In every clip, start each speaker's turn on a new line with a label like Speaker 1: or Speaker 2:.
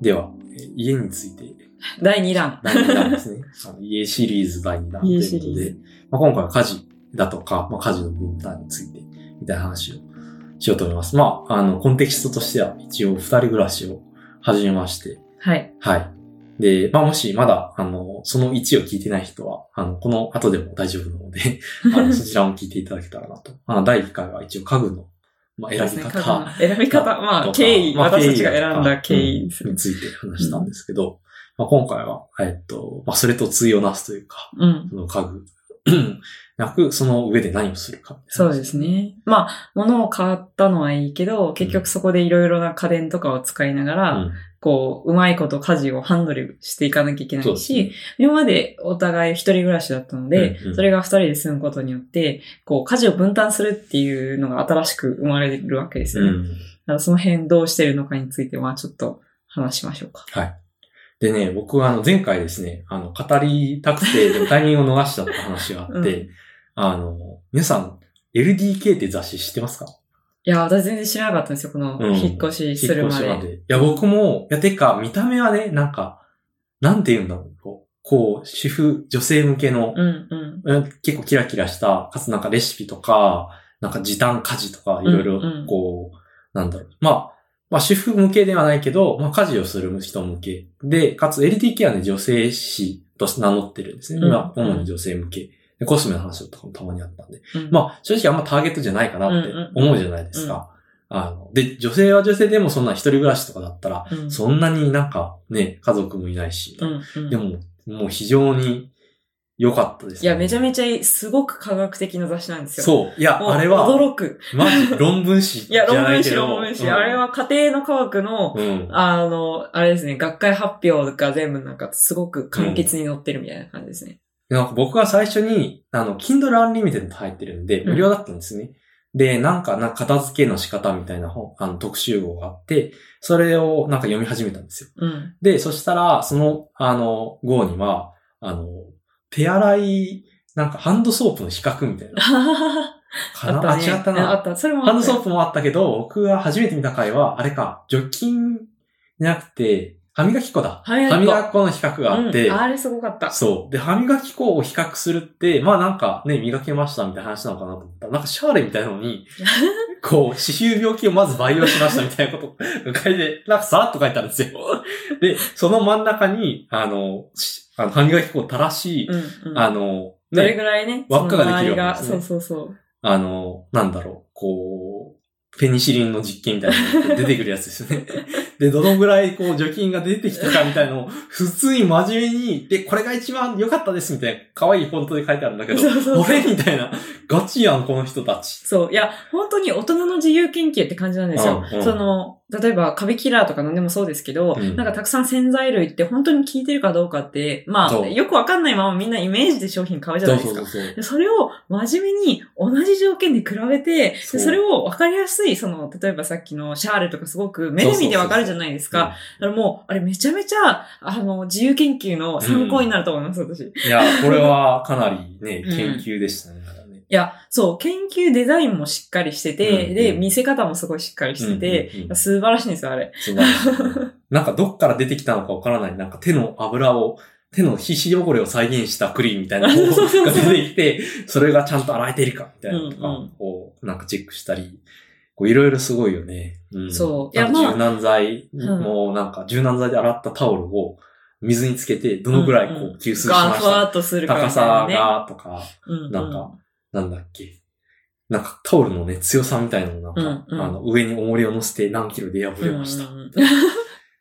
Speaker 1: では、えー家について、
Speaker 2: 第2弾。
Speaker 1: 第2弾 ですね。あの家シリーズ第2弾ということ
Speaker 2: 家シリ
Speaker 1: で、まあ、今回は家事だとか、まあ、家事の分担について、みたいな話をしようと思います。まあ、あの、コンテキストとしては、一応二人暮らしを始めまして、
Speaker 2: はい。
Speaker 1: はい。で、まあ、もしまだ、あの、その1を聞いてない人は、あの、この後でも大丈夫なの で、あのそちらも聞いていただけたらなと。あの第1回は一応家具の、まあ、選び
Speaker 2: そうですね
Speaker 1: 方、
Speaker 2: 家具の選び方。ま
Speaker 1: と
Speaker 2: あ、
Speaker 1: か
Speaker 2: 経緯、
Speaker 1: まあ
Speaker 2: 私たちが選んだ経緯です
Speaker 1: に
Speaker 2: ね。
Speaker 1: ついて話したんですけど、まあ、今回は、えっと、まあ、それと対をなすというか、
Speaker 2: うん。
Speaker 1: その家具、なく、その上で何をするか。
Speaker 2: そうですね。まあ、物を買ったのはいいけど、結局そこでいろいろな家電とかを使いなが
Speaker 1: う
Speaker 2: ら、
Speaker 1: ん。
Speaker 2: こう、うまいこと家事をハンドルしていかなきゃいけな
Speaker 1: そう
Speaker 2: い
Speaker 1: です
Speaker 2: し、
Speaker 1: ね。
Speaker 2: 今までお互い一人暮らしだったので、
Speaker 1: うんうん
Speaker 2: それが二人で住むことによって、こう、家事を分担するっていうのが新しく生まれるわけですよ
Speaker 1: う
Speaker 2: ね。
Speaker 1: ん。
Speaker 2: だからその辺どうしてるのかについては、ちょっと話しましょうか。
Speaker 1: はい。でね、僕はあの前回ですね、あの、語りたくて、でもタイミングを逃しちゃった話があって、
Speaker 2: う
Speaker 1: あの、皆さん、LDK って雑誌知ってますか
Speaker 2: いや、私全然知らなかったんですよ、この
Speaker 1: うん
Speaker 2: 引っ越しするまで。
Speaker 1: 引っ越しいや、僕も、いや、てか、見た目はね、なんか、なんて言うんだろう。こう、こう主婦、女性向けの、
Speaker 2: うんうん。
Speaker 1: うん結構キラキラした、かつなんかレシピとか、なんか時短家事とか、いろいろ
Speaker 2: うんうん、
Speaker 1: こう、なんだろう。まあ、まあ主婦向けではないけど、まあ家事をする人向け。で、かつ LDK はね、女性誌として名乗ってるんですね。今、
Speaker 2: うんうん
Speaker 1: 主に女性向け。でコスメの話とかもたまにあったんで。
Speaker 2: うん
Speaker 1: まあ、正直あんまターゲットじゃないかなって
Speaker 2: うんうん
Speaker 1: 思うじゃないですか。あの、で、女性は女性でもそんな一人暮らしとかだったら、
Speaker 2: うん
Speaker 1: そんなになんかね、家族もいないし、
Speaker 2: うんうん
Speaker 1: でも、もう非常に良かったです、
Speaker 2: いや、めちゃ
Speaker 1: ち
Speaker 2: めちゃいいすごく科学的な雑誌なんですよ。
Speaker 1: そう。いや、
Speaker 2: もう
Speaker 1: あれは、
Speaker 2: 驚く。
Speaker 1: マジ論文誌
Speaker 2: い
Speaker 1: じ
Speaker 2: や、
Speaker 1: ゃ
Speaker 2: 論
Speaker 1: な
Speaker 2: 文
Speaker 1: いけ
Speaker 2: 誌、
Speaker 1: ど。
Speaker 2: 論文誌。
Speaker 1: うん
Speaker 2: あれ、は家庭の科学の、
Speaker 1: うん。
Speaker 2: あの、あれですね、学会発表が全部なんかすごく簡潔に載ってるみたいな感じですね。
Speaker 1: なんか僕が最初に、あの、Kindle Unlimited って入ってるんで、無料だったんですね。で、なんか、なんか片付けの仕方みたいな本、あの、特集号があって、それをなんか読み始めたんですよ。
Speaker 2: うん。
Speaker 1: で、そしたら、その、あの、号には、あの、手洗い、なんかハンドソープの比較みたい な。か
Speaker 2: あ
Speaker 1: な
Speaker 2: ったね。
Speaker 1: あ、違った
Speaker 2: あ
Speaker 1: な。
Speaker 2: った。それも
Speaker 1: ハンド
Speaker 2: あった
Speaker 1: ソ
Speaker 2: よ。
Speaker 1: ープもあったけど、僕が初めて見た回は、あれか、除菌じゃなくて、歯磨き粉だ。
Speaker 2: 歯磨き粉
Speaker 1: の比較があって、
Speaker 2: うんあれすごかった。
Speaker 1: そう。で、歯磨き粉を比較するって、まあなんかね、磨けましたみたいな話なのかなと思ったら、なんかシャーレみたいなのに、こう、歯周病気をまず培養しましたみたいなことが書いて、なんかさらっと書いてあるんですよ。で、その真ん中に、あの、しあの歯磨き粉を垂らし、
Speaker 2: うんうん。
Speaker 1: あの、
Speaker 2: どれ
Speaker 1: ね、
Speaker 2: ぐらいね、
Speaker 1: 輪っかができる
Speaker 2: その周り
Speaker 1: わ
Speaker 2: が
Speaker 1: けです
Speaker 2: そ
Speaker 1: ね
Speaker 2: うそうそう。
Speaker 1: あの、なんだろう、こう、ペニシリンの実験みたいなのが出てくるやつですよね。で、どのぐらいこう除菌が出てきたかみたいなのを、普通に真面目に、で、これが一番良かったですみたいな、可愛いフォントで書いてあるんだけど、
Speaker 2: そうそうそう
Speaker 1: 俺みたいな、ガチやん、この人たち。
Speaker 2: そう。いや、本当に大人の自由研究って感じなんですよ。
Speaker 1: うんうん
Speaker 2: その、例えば、カビキラーとか何でもそうですけど、
Speaker 1: うん
Speaker 2: なんかたくさん洗剤類って本当に効いてるかどうかって、ま
Speaker 1: そ
Speaker 2: あ、
Speaker 1: う
Speaker 2: よくわかんないままみんなイメージで商品買うじゃ
Speaker 1: そ
Speaker 2: ないうです
Speaker 1: そ
Speaker 2: か。
Speaker 1: うそうそう。
Speaker 2: でそれを真面目に同じ条件で比べて、
Speaker 1: そ
Speaker 2: そうそれを分かりやすい、その、例えばさっきのシャーレとかすごく目で見て分かるじゃないですか。だからもう、あれめちゃめちゃ、あの、自由研究の参考になると思います、私。い
Speaker 1: いや、これはかなりね、
Speaker 2: うん
Speaker 1: 研究でしたね。だからね
Speaker 2: や、そう、研究デザインもしっかりしてて、
Speaker 1: うん
Speaker 2: で、
Speaker 1: うん
Speaker 2: 見せ方もすごいしっかりしてて、
Speaker 1: うんうんうん
Speaker 2: 素晴らしいんですよ、あれ。
Speaker 1: 素晴らしいねなんかどっから出てきたのかわからない、なんか手の油を、手の皮脂汚れを再現したクリームみたいなの
Speaker 2: そうそう
Speaker 1: が
Speaker 2: そう
Speaker 1: 出てきて、それがちゃんと洗えてるか、みたいなのとか、
Speaker 2: うんうん
Speaker 1: こう、なんかチェックしたり、こういろいろすごいよね。うん、
Speaker 2: そう
Speaker 1: なんか
Speaker 2: いやまあ
Speaker 1: 柔軟剤
Speaker 2: うん
Speaker 1: も、なんか柔軟剤で洗ったタオルを水につけて、どのぐらいこ
Speaker 2: うん
Speaker 1: う吸水しま
Speaker 2: ガー
Speaker 1: し
Speaker 2: ふわ
Speaker 1: た、
Speaker 2: っとするから、ね。
Speaker 1: 高さが、とか、
Speaker 2: うんうん、
Speaker 1: なんかなんだっけ。なんかタオルのね、強さみたいなのをなんか、
Speaker 2: うんうん
Speaker 1: あの、上に重りを乗せて何キロで破
Speaker 2: うんう
Speaker 1: れ
Speaker 2: んうん、
Speaker 1: ました。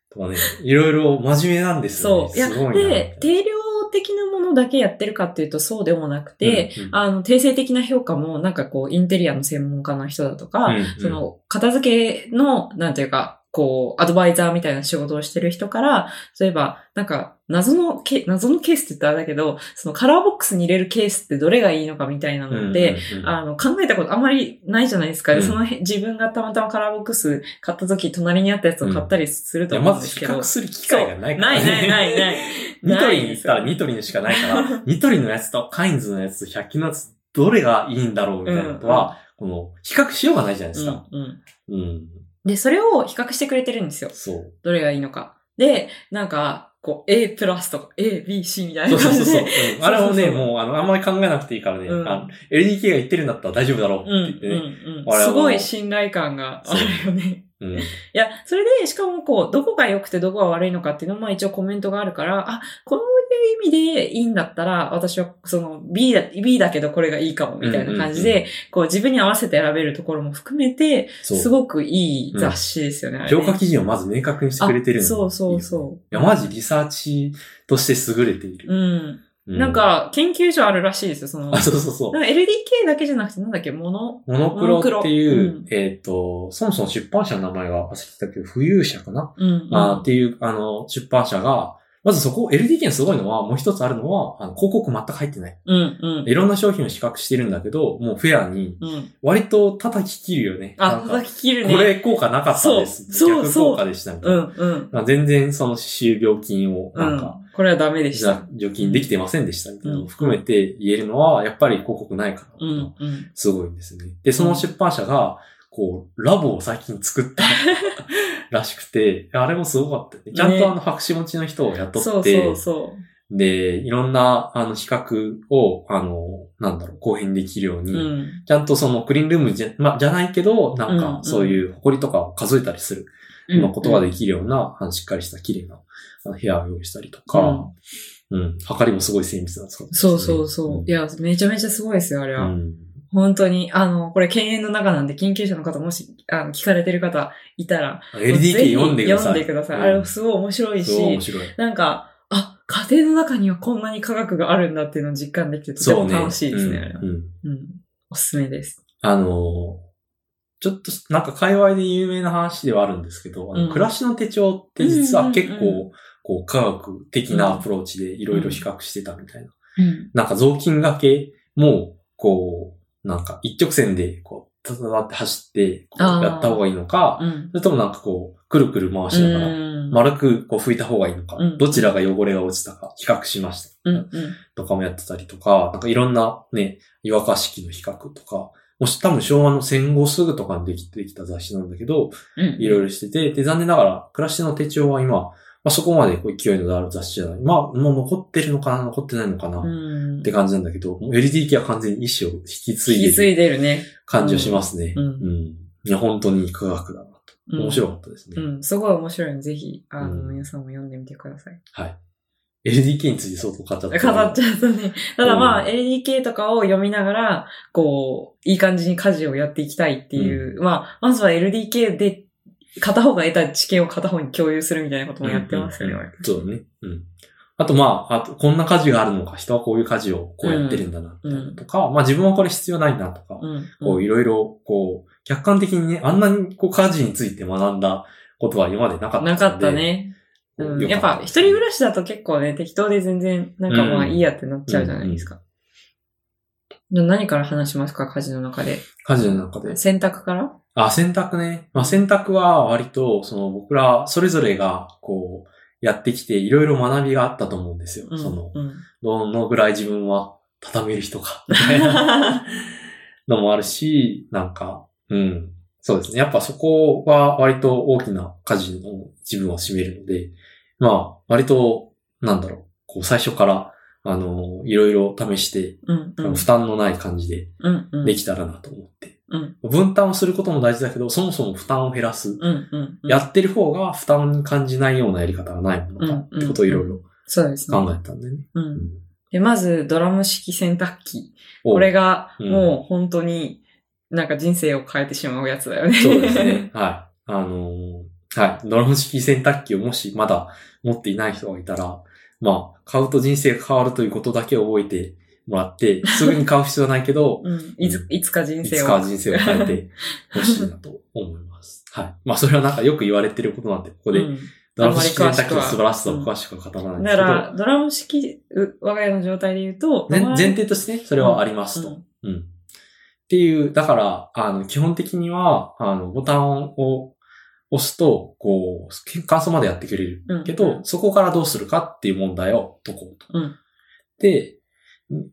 Speaker 1: とかね、いろいろ真面目なんですよ、ね。
Speaker 2: そう。いや、
Speaker 1: すごいな。
Speaker 2: で、定量的なものだけやってるかっていうとそうでもなくて、
Speaker 1: うんうん
Speaker 2: あの、定性的な評価も、なんかこう、インテリアの専門家の人だとか、
Speaker 1: うんうん
Speaker 2: そ、の、片付けの、なんていうか、こう、アドバイザーみたいな仕事をしてる人から、そういえば、なんか、謎のケ、謎のケースって言ったらあれだけど、そのカラーボックスに入れるケースってどれがいいのかみたいなので、
Speaker 1: うんうんうん
Speaker 2: あの、考えたことあんまりないじゃないですか。で
Speaker 1: うん
Speaker 2: その辺、自分がたまたまカラーボックス買った時、隣にあったやつを買ったりする
Speaker 1: い
Speaker 2: と
Speaker 1: や、
Speaker 2: 思う
Speaker 1: ま
Speaker 2: んで
Speaker 1: ず比
Speaker 2: すけど。
Speaker 1: 較する機会がないから、。
Speaker 2: ないないないないい。
Speaker 1: ニト
Speaker 2: ない
Speaker 1: リに行ったらニトリのしかない から、ニトリのやつとカインズのやつと百均のやつ、どれがいいんだろうみたいなことは、この、比較しようがないじゃないですか。
Speaker 2: うんうん
Speaker 1: うん。
Speaker 2: で、それを比較してくれてるんですよ。
Speaker 1: そう。
Speaker 2: どれがいいのか。で、なんか、こう、A プラスとか、A、B、C みたい
Speaker 1: そ
Speaker 2: な
Speaker 1: うそう
Speaker 2: 感
Speaker 1: そう
Speaker 2: じ
Speaker 1: そう。う
Speaker 2: で。
Speaker 1: んあれもね、
Speaker 2: そうそうそう
Speaker 1: もう、あの、あんまり考えなくていいからね、
Speaker 2: うん
Speaker 1: あの LDK が言ってるんだったら大丈夫だろうっ
Speaker 2: うん、う
Speaker 1: て言ってね。
Speaker 2: ん、う
Speaker 1: 我々
Speaker 2: ん。
Speaker 1: は
Speaker 2: すごい信頼感があるよね。
Speaker 1: うん。
Speaker 2: いや、それで、しかもこう、どこが良くてどこが悪いのかっていうのも、まあ一応コメントがあるから、あ、こういう意味でいいんだったら、私はその B だ、B だけどこれがいいかも、みたいな感じで、
Speaker 1: うんうん
Speaker 2: こう自分に合わせて選べるところも含めて、
Speaker 1: そう。
Speaker 2: すごくいい雑誌ですよね、あれね
Speaker 1: 評価基準をまず明確にしてくれてる
Speaker 2: あ
Speaker 1: の
Speaker 2: そうそうそう
Speaker 1: いや、マジリサーチとして優れている。
Speaker 2: うん。
Speaker 1: う
Speaker 2: なん、か、研究所あるらしいですよ、その。
Speaker 1: あ、そうそうそう
Speaker 2: な。んか LDK だけじゃなくて、なんだっけ、もの
Speaker 1: モノクロっていう、
Speaker 2: モノク
Speaker 1: えっ、と、そもそも出版社の名前が忘れてたけど、浮遊社かな、
Speaker 2: うん。
Speaker 1: あーっていう、あの、出版社が、まずそこ、LDK のすごいのは、もう一つあるのは、あの広告全く入ってない。
Speaker 2: うん、うん。
Speaker 1: いろんな商品を比較してるんだけど、もうフェアに、
Speaker 2: うん。
Speaker 1: 割と叩き切るよね。
Speaker 2: あ
Speaker 1: な、んか
Speaker 2: 叩き切るね。
Speaker 1: これ効果なかったです。
Speaker 2: そうそう
Speaker 1: 逆
Speaker 2: そう
Speaker 1: 効果でしたみたいうな。
Speaker 2: ん、うん。
Speaker 1: まあ全然その歯周病菌を、
Speaker 2: う
Speaker 1: なん
Speaker 2: ん
Speaker 1: か、。
Speaker 2: これはダメでし
Speaker 1: じゃ
Speaker 2: た。
Speaker 1: あ除菌できてませんでしたみたいなのを含めて言えるのは、やっぱり広告ないから、
Speaker 2: うん、うん。
Speaker 1: すごいんですよね。で、その出版社が、こう、ラボを最近作った らしくて、あれもすごかったよね。ちゃん
Speaker 2: ね
Speaker 1: とあの、白紙持ちの人を雇
Speaker 2: そ
Speaker 1: っ
Speaker 2: う
Speaker 1: て、
Speaker 2: そうそう。
Speaker 1: で、いろんな、あの、比較を、あの、なんだろう、公編できるように、
Speaker 2: うん。
Speaker 1: ちゃんとそのクリーンルームじゃ、まあ、じゃないけど、なん
Speaker 2: うんう
Speaker 1: か
Speaker 2: ん
Speaker 1: そういう埃とかを数えたりするようなことができるような、あのしっかりした綺麗なあの部屋を用意したりとか、うん、はかりもすごい精密な使ってますね
Speaker 2: そうそうそう。い、や、めちゃめちゃすごいですよ、あれ
Speaker 1: う
Speaker 2: は。
Speaker 1: ん、
Speaker 2: 本当に、あの、これ、犬猿の中なんで、研究者の方、もし、あの、聞かれてる方いたら、ぜ
Speaker 1: LDK
Speaker 2: ひ
Speaker 1: 読んでください。
Speaker 2: 読んでください。
Speaker 1: うん
Speaker 2: あれ、すごい面白い
Speaker 1: すごい
Speaker 2: し
Speaker 1: 面、白い。
Speaker 2: なんか、あ、家庭の中にはこんなに科学があるんだっていうのを実感できて、とて
Speaker 1: そう
Speaker 2: も
Speaker 1: ね。
Speaker 2: 楽しいですね、あれは
Speaker 1: うん。うん
Speaker 2: うん。おすすめです。
Speaker 1: あのーちょっと、なんか界隈で有名な話ではあるんですけど、あの
Speaker 2: うん
Speaker 1: 暮らしの手帳って実は結
Speaker 2: うんうん
Speaker 1: 構、こう、科学的なアプローチでいろいろ比較してたみたいな。
Speaker 2: うん。
Speaker 1: なんか雑巾掛けも、こう、なんか一直線で、こう、たたたって走って、こう
Speaker 2: あー
Speaker 1: やった方がいいのか、
Speaker 2: うん。
Speaker 1: それともなんかこう、くるくる回しながら、
Speaker 2: うん
Speaker 1: 丸くこう拭いた方がいいのか
Speaker 2: う、ん
Speaker 1: どちらが汚れが落ちたか比較しました。
Speaker 2: うん。うん。
Speaker 1: とかもやってたりとか、なんかいろんなね、違和感式の比較とか、もし多分昭和の戦後すぐとかにできてきた雑誌なんだけど、
Speaker 2: うん。
Speaker 1: いろいろしてて、で、残念ながら、暮らしの手帳は今、まあそこまでこう勢いのある雑誌じゃない。まあ、もう残ってるのかな、残ってないのかな、
Speaker 2: うん。
Speaker 1: って感じなんだけど、もう LDK は完全に意思を引き継い
Speaker 2: 引き継
Speaker 1: で
Speaker 2: い
Speaker 1: る
Speaker 2: でるね。
Speaker 1: 感じをしますね。
Speaker 2: うんうん
Speaker 1: いや、本当に科学だなと。
Speaker 2: うん
Speaker 1: 面白かったですね。
Speaker 2: うん、すごい面白いので、ぜひ、あの、
Speaker 1: うん
Speaker 2: 皆さんも読んでみてください。
Speaker 1: LDK について相当語 っちゃった。
Speaker 2: 語っちゃったね。ただまあ、
Speaker 1: うん
Speaker 2: LDK とかを読みながら、こう、いい感じに家事をやっていきたいっていう、まあ、まずは LDK で、片方が得た知見を片方に共有するみたいなこともやってますよね。
Speaker 1: うんうんうんそうだね。うん。あとまあ、あと、こんな家事があるのか、人はこういう家事をこうやってるんだな、みたいなとか、まあ自分はこれ必要ないなとか、
Speaker 2: うんうん
Speaker 1: こういろいろ、こう、客観的にね、あんなにこう家事について学んだことは今までなかったので。
Speaker 2: なかった。ね。うん、やっぱ、一人暮らしだと結構ね、適当で全然、なんかまあ
Speaker 1: うん
Speaker 2: いいやってなっちゃうじゃないですか。で何から話しますか家事の中で。
Speaker 1: 家事の中で。
Speaker 2: 洗濯から
Speaker 1: あ、洗濯ね。まあ、洗濯は割と、その僕らそれぞれが、こう、やってきて、いろいろ学びがあったと思うんですよ。
Speaker 2: うん
Speaker 1: そ の、
Speaker 2: うん
Speaker 1: どのぐらい自分は畳める人 か、みたいなのもあるし、なんか、うん。そうですね。やっぱそこは割と大きな家事の一部を占めるので、まあ、割と、なんだろう、こう、最初から、あの、いろいろ試して、
Speaker 2: うん、うん
Speaker 1: 負担のない感じで
Speaker 2: うん、うん。
Speaker 1: できたらなと思って。
Speaker 2: うん
Speaker 1: 分担をすることも大事だけど、そもそも負担を減らす。
Speaker 2: うんうんうん
Speaker 1: やってる方が負担に感じないようなやり方がないものかってことをいろいろ
Speaker 2: そうですね。
Speaker 1: 考えたんだよね。
Speaker 2: う。
Speaker 1: うんん
Speaker 2: で、まず、ドラム式洗濯機。
Speaker 1: お
Speaker 2: これが、
Speaker 1: うん
Speaker 2: もう本当に、なんか人生を変えてしまうやつだよね。
Speaker 1: そうです。ね。 はい。あのーはい。ドラム式洗濯機をもしまだ持っていない人がいたら、まあ、買うと人生が変わるということだけ覚えてもら って、すぐに買う必要はないけど、
Speaker 2: うん。いつ、いつか人
Speaker 1: い
Speaker 2: 生
Speaker 1: つかは
Speaker 2: を。
Speaker 1: 人生を変え てほしいなと思います。はい。まあ、それはなんかよく言われてることなんで、ここで
Speaker 2: うん
Speaker 1: ドラム式洗濯機の素晴らしさを詳しくは語らないんで
Speaker 2: だ
Speaker 1: す
Speaker 2: か
Speaker 1: け
Speaker 2: ら、
Speaker 1: ど、
Speaker 2: ドラム式、う我が家の状態で言うと、
Speaker 1: 前
Speaker 2: ドラム
Speaker 1: 前提としてね、それはありますと。うん。っていう、だから、あの、基本的には、あの、ボタンを押すと、こう、乾燥までやってくれる。
Speaker 2: うん
Speaker 1: けど、、そこからどうするかっていう問題を解こうと。
Speaker 2: うん
Speaker 1: で、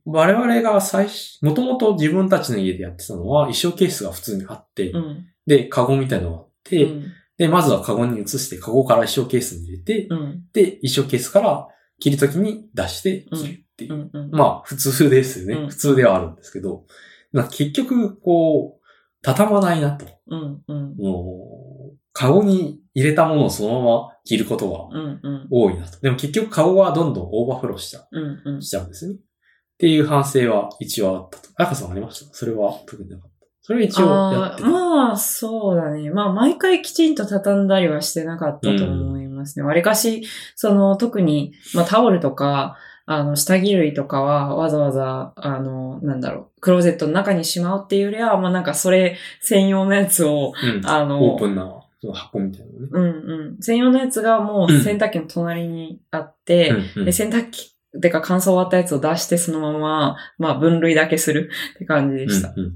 Speaker 1: 我々が最初、もともと自分たちの家でやってたのは、衣装ケースが普通にあって、
Speaker 2: うん。
Speaker 1: で、カゴみたいなのがあって、
Speaker 2: うん
Speaker 1: で、まずはカゴに移して、カゴから衣装ケースに入れて、
Speaker 2: うん。
Speaker 1: で、衣装ケースから切るときに出して
Speaker 2: うん
Speaker 1: 切るっていう
Speaker 2: う。ん。うん。
Speaker 1: まあ、普通ですよね。
Speaker 2: うん
Speaker 1: 普通ではあるんですけど、なんか結局、こう、畳まないなと。
Speaker 2: うん。うん。
Speaker 1: もう、カゴに入れたものをそのまま着ること
Speaker 2: う
Speaker 1: が
Speaker 2: ん。うん。
Speaker 1: 多いなと。でも結局、カゴはどんどんオーバーフローしちゃ
Speaker 2: うん。うん
Speaker 1: う、しちゃうんですね。っていう反省は一応あったと。赤さんありましたそれは特になかった。それは一応やっ
Speaker 2: あ
Speaker 1: て
Speaker 2: ー
Speaker 1: た。
Speaker 2: まあ、そうだね。まあ、毎回きちんと畳んだりはしてなかったと思いますね。わりかし、その、特に、まあ、タオルとか、あの、下着類とかは、わざわざ、あの、なんだろう、クローゼットの中にしまうっていうよりは、まあ、なんか、それ専用のやつを、
Speaker 1: うん。
Speaker 2: あの、
Speaker 1: オープンなその箱みたいなのね。
Speaker 2: うんうん。専用のやつがもう
Speaker 1: うん
Speaker 2: 洗濯機の隣にあって、
Speaker 1: うんうん
Speaker 2: で洗濯機、でか乾燥終わったやつを出してそのまま、まあ分類だけするって感じでした。
Speaker 1: うんうん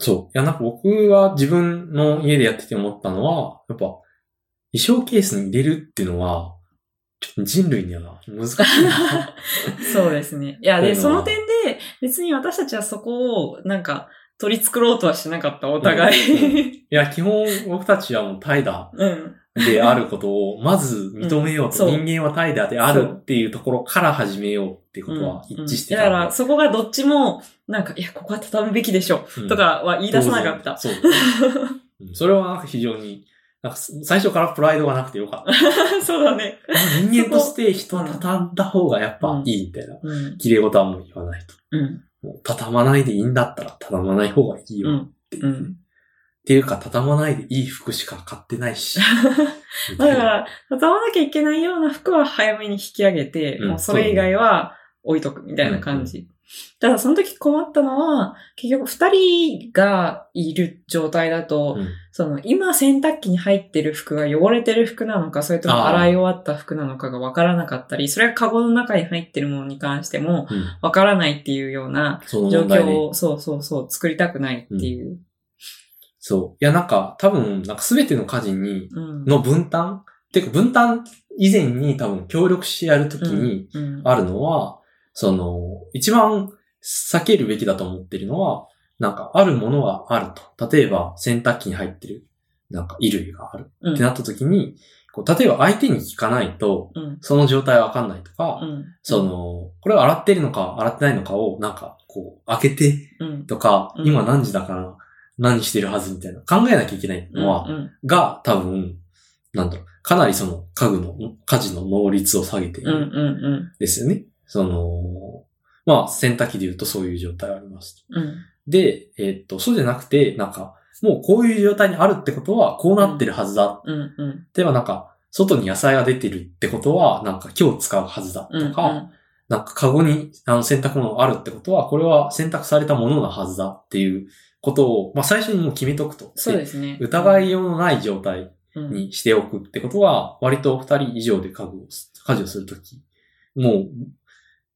Speaker 1: そう。いや、なんか僕は自分の家でやってて思ったのは、やっぱ、衣装ケースに入れるっていうのは、ちょっと人類には難しい な。
Speaker 2: そうですね。いや、で、
Speaker 1: うん
Speaker 2: その点で別に私たちはそこをなんか取り繕ろうとはしなかった、お互い。
Speaker 1: いや、基本僕たちはもう怠惰
Speaker 2: うん。
Speaker 1: であることを、まず認めようと、
Speaker 2: うんそう
Speaker 1: 人間は怠惰であるっていうところから始めようっていうことは一致して
Speaker 2: うん
Speaker 1: た、
Speaker 2: だから、そこがどっちも、なんか、いや、ここは畳むべきでしょ、
Speaker 1: うん
Speaker 2: とかは言い出さなかった。
Speaker 1: そう。 うんそれはなんか非常に、なんか最初からプライドがなくてよかった。
Speaker 2: そうだね。
Speaker 1: 人間として人は畳んだ方がやっぱいいみたいな。
Speaker 2: うん。
Speaker 1: 綺麗事はもう言わないと。
Speaker 2: うん。
Speaker 1: もう畳まないでいいんだったら畳まない方がいいよ
Speaker 2: う
Speaker 1: っ
Speaker 2: ん。
Speaker 1: て。
Speaker 2: う
Speaker 1: っ
Speaker 2: ん。
Speaker 1: ていうか、畳まないでいい服しか買ってないし。み
Speaker 2: ま
Speaker 1: た
Speaker 2: あ だ
Speaker 1: い
Speaker 2: か
Speaker 1: な
Speaker 2: ら、畳まなきゃいけないような服は早めに引き上げて、
Speaker 1: うん
Speaker 2: もうそれ以外は置いとくみたいな感じ。ただその時困ったのは、結局二人がいる状態だと、
Speaker 1: うん
Speaker 2: その今洗濯機に入ってる服が汚れてる服なのか、それとも洗い終わった服なのかがわからなかったり、それがカゴの中に入ってるものに関しても
Speaker 1: うん
Speaker 2: わからないっていうような
Speaker 1: その
Speaker 2: 状
Speaker 1: 問題
Speaker 2: 況
Speaker 1: ね。
Speaker 2: を、そうそうそう、作りたくないっていう。
Speaker 1: そう。いや、なんか、多分、なんか全ての家事に、
Speaker 2: うん。
Speaker 1: の分担っていうか、分担以前に多分協力してやるときに
Speaker 2: うん、
Speaker 1: あるのは、その、一番避けるべきだと思ってるのは、なんか、あるものはあると。例えば、洗濯機に入ってる、なんか、衣類がある。
Speaker 2: うん、
Speaker 1: ってなった時に、こう例えば相手に聞かないと、
Speaker 2: うん。
Speaker 1: その状態わかんないとか、
Speaker 2: うん。
Speaker 1: その、これ洗ってるのか洗ってないのかを、なんか、こう、開けて
Speaker 2: うん、
Speaker 1: とか、
Speaker 2: うん
Speaker 1: 今何時だから、何してるはずみたいな、考えなきゃいけない
Speaker 2: うん。
Speaker 1: のは、
Speaker 2: うん
Speaker 1: が、多分、なんだろう、かなりその、家具の、家事の能率を下げてい
Speaker 2: う
Speaker 1: る
Speaker 2: ん
Speaker 1: ん
Speaker 2: うん
Speaker 1: ですよね。その、まあ、洗濯機で言うとそういう状態があります。
Speaker 2: うんうん
Speaker 1: で、えっと、そうじゃなくて、なんか、もうこういう状態にあるってことは、こうなってるはずだ
Speaker 2: うんうん
Speaker 1: 例えばなんか、外に野菜が出てるってことは、なんか今日使うはずだ
Speaker 2: うんうん
Speaker 1: とか、なんかカゴにあの洗濯物があるってことは、これは洗濯されたもののはずだっていうことを、まあ最初にもう決めとくと。
Speaker 2: そう
Speaker 1: で
Speaker 2: ですね。
Speaker 1: 疑いようのない状態にしておくってことは、割と二人以上で家具をす、家事をするとき、もう、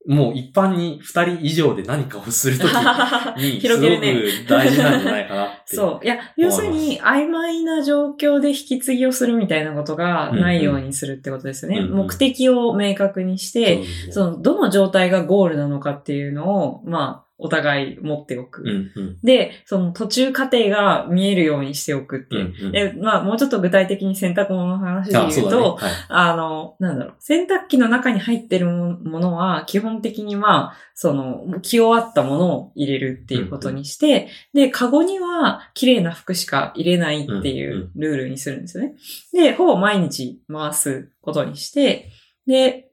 Speaker 1: もう一般に二人以上で何かをするとき
Speaker 2: に
Speaker 1: に、すご
Speaker 2: 広げるね。
Speaker 1: く大事なんじゃないかなって。
Speaker 2: そう。いや、要するに、曖昧な状況で引き継ぎをするみたいなことがないようにするってことですよね。
Speaker 1: うんうん
Speaker 2: 目的を明確にして、
Speaker 1: そう
Speaker 2: その、どの状態がゴールなのかっていうのを、まあ、お互い持っておく。
Speaker 1: うんうん
Speaker 2: で、その途中過程が見えるようにしておくって
Speaker 1: う
Speaker 2: い
Speaker 1: ん
Speaker 2: う。
Speaker 1: うん。
Speaker 2: で、まあ、もうちょっと具体的に洗濯物の話で
Speaker 1: あ
Speaker 2: 言
Speaker 1: そうう
Speaker 2: と、
Speaker 1: だね。はい
Speaker 2: あの、なんだろう、洗濯機の中に入ってるもものは、基本的にまあ、その、着終わったものを入れるっていうことにして、で、カゴには綺麗な服しか入れないっていううルールにするんですよね。で、ほぼ毎日回すことにして、で、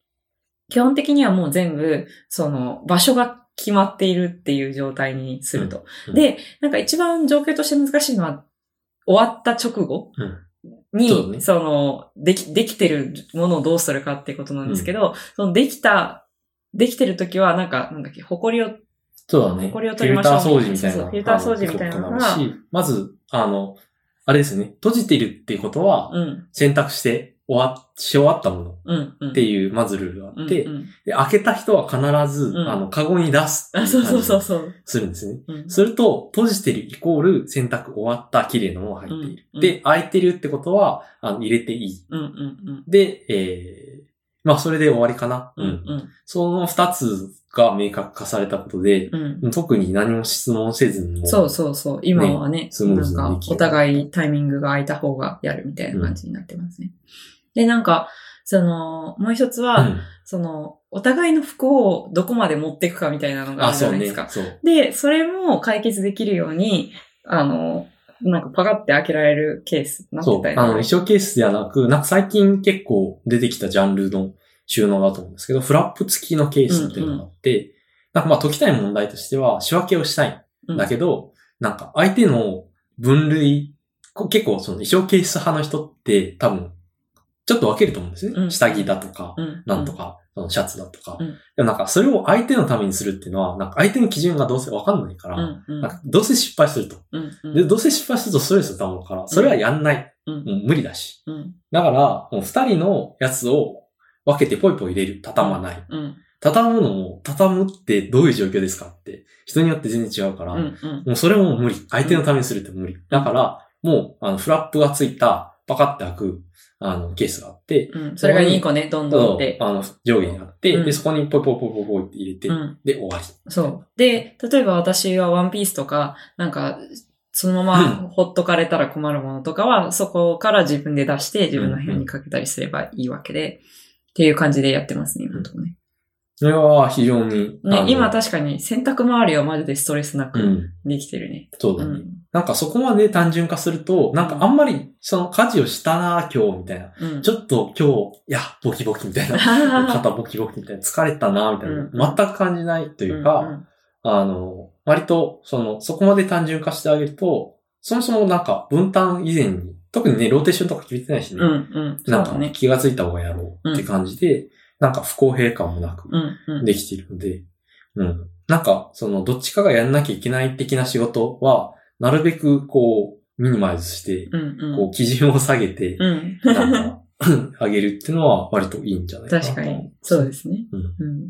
Speaker 2: 基本的にはもう全部、その、場所が決まっているっていう状態にすると。
Speaker 1: うんうん
Speaker 2: で、なんか一番状況として難しいのは、終わった直後、に、
Speaker 1: そう
Speaker 2: そ,、
Speaker 1: だね
Speaker 2: の、でき、できてるものをどうするかってことなんですけど、その、できた、できてる時は、なんか、なんだっけ、埃を、
Speaker 1: そうだね。
Speaker 2: 埃を取りましょう
Speaker 1: フィルター掃除みたいな。
Speaker 2: そうそうフィルター掃除みたいなのが
Speaker 1: あのしまず、あの、あれですね、閉じてるっていうことは、
Speaker 2: うん、
Speaker 1: 選択して終わ、し終わったもの
Speaker 2: うん、うん。
Speaker 1: っていう、まずルールがあって、
Speaker 2: うんうん
Speaker 1: で開けた人は必ず、
Speaker 2: うん
Speaker 1: あの、カゴに出すってい
Speaker 2: あ、そうそうそ
Speaker 1: 感
Speaker 2: う
Speaker 1: じ
Speaker 2: そう。
Speaker 1: にするんですね。
Speaker 2: うん
Speaker 1: すると、閉じてるイコール、洗濯終わった、綺麗なものが入っている。
Speaker 2: うんうん
Speaker 1: で、開いてるってことは、あの、入れていい。
Speaker 2: うん、うん、うん。
Speaker 1: で、えー、まあそれで終わりかな。
Speaker 2: うん。うん。
Speaker 1: その二つが明確化されたことで、
Speaker 2: うん。
Speaker 1: 特に何も質問せずにも。
Speaker 2: そうそうそう。今はね、
Speaker 1: スムー
Speaker 2: なん
Speaker 1: ズに
Speaker 2: か
Speaker 1: でき、る
Speaker 2: お互いタイミングが空いた方がやるみたいな感じになってますね。で、なんか、その、もう一つは、
Speaker 1: うん
Speaker 2: その、お互いの不幸をどこまで持っていくかみたいなのがあ
Speaker 1: あ、
Speaker 2: るじ
Speaker 1: そ
Speaker 2: ゃ
Speaker 1: う
Speaker 2: ないで
Speaker 1: ね
Speaker 2: すか。。
Speaker 1: そう。
Speaker 2: で、それも解決できるように、あの、なんかパカって開けられるケースになって
Speaker 1: そ
Speaker 2: た
Speaker 1: う。
Speaker 2: り
Speaker 1: あの、一生ケースではなく、なんか最近結構出てきたジャンルの収納だと思うんですけど、フラップ付きのケースっていうのがあって、なんかまあ解きたい問題としては仕分けをしたい
Speaker 2: うん
Speaker 1: んだけど、なんか相手の分類、こう結構その一生ケース派の人って多分、ちょっと分けると思うんですね。
Speaker 2: うん
Speaker 1: 下着だとか、
Speaker 2: うん。
Speaker 1: なんとか、そのシャツだとか。
Speaker 2: うん
Speaker 1: でもなんかそれを相手のためにするっていうのは、なんか相手の基準がどうせわかんないから、
Speaker 2: うん。うん。
Speaker 1: なんかどうせ失敗すると。
Speaker 2: うん。うん。
Speaker 1: で、どうせ失敗するとストレスだと思うから、それはやんない。
Speaker 2: うん
Speaker 1: もう無理だし。
Speaker 2: うん。
Speaker 1: だから、もう二人のやつを分けてポイポイ入れる。畳まない。
Speaker 2: うん。
Speaker 1: 畳むのも、畳むってどういう状況ですかって、人によって全然違うから、
Speaker 2: うん。うん。
Speaker 1: もうそれも無理。相手のためにするって無理。だから、もう、あの、フラップがついた、パカって開く、あの、ケースがあって、
Speaker 2: うん。それが2個ね、どんどんって。
Speaker 1: あの、上下にあって、
Speaker 2: うん
Speaker 1: で、そこにポイポイポイポイポイって入れて、
Speaker 2: うん。
Speaker 1: で、終わり。
Speaker 2: そう。で、例えば私はワンピースとか、なんか、そのま
Speaker 1: う
Speaker 2: まほっとかれたら困るものとかは、そこから自分で出して自分の部屋にかけたりすればいいわけで、っていう感じでやってますね、今のとこね。
Speaker 1: それは非常に。あ
Speaker 2: ね
Speaker 1: の
Speaker 2: 今確かに洗濯周りはマジでストレスな
Speaker 1: う
Speaker 2: く
Speaker 1: ん。
Speaker 2: できてるね。
Speaker 1: そう
Speaker 2: う
Speaker 1: だね。
Speaker 2: ん。
Speaker 1: なんかそこまで単純化すると、なんかあんまり、その家事をしたな、今日、みたいな。
Speaker 2: うん。
Speaker 1: ちょっと今日、いや、ボキボキみたい な。肩ボキボキみたいな。疲れたな、みたいな。
Speaker 2: う
Speaker 1: 全
Speaker 2: ん
Speaker 1: く感じないと
Speaker 2: と
Speaker 1: いうか、あの、割と、その、そこまで単純化してあげると、そもそもなんか分担以前に、特にね、ローテーションとか決めてないしね。
Speaker 2: うんうん。そう
Speaker 1: なんか
Speaker 2: だね。
Speaker 1: 気がついた方がやろうって感じで、なんか不公平感もなく
Speaker 2: うんうん。
Speaker 1: できているので、うん。なんか、その、どっちかがやんなきゃいけない的な仕事は、なるべくこう、ミニマイズして、
Speaker 2: うんう
Speaker 1: こう、基準を下げて、
Speaker 2: ん。うん。
Speaker 1: なんか、 上げるっていうのは割といいんじゃないかなと。
Speaker 2: 確かに。そうですね。
Speaker 1: うん
Speaker 2: うん。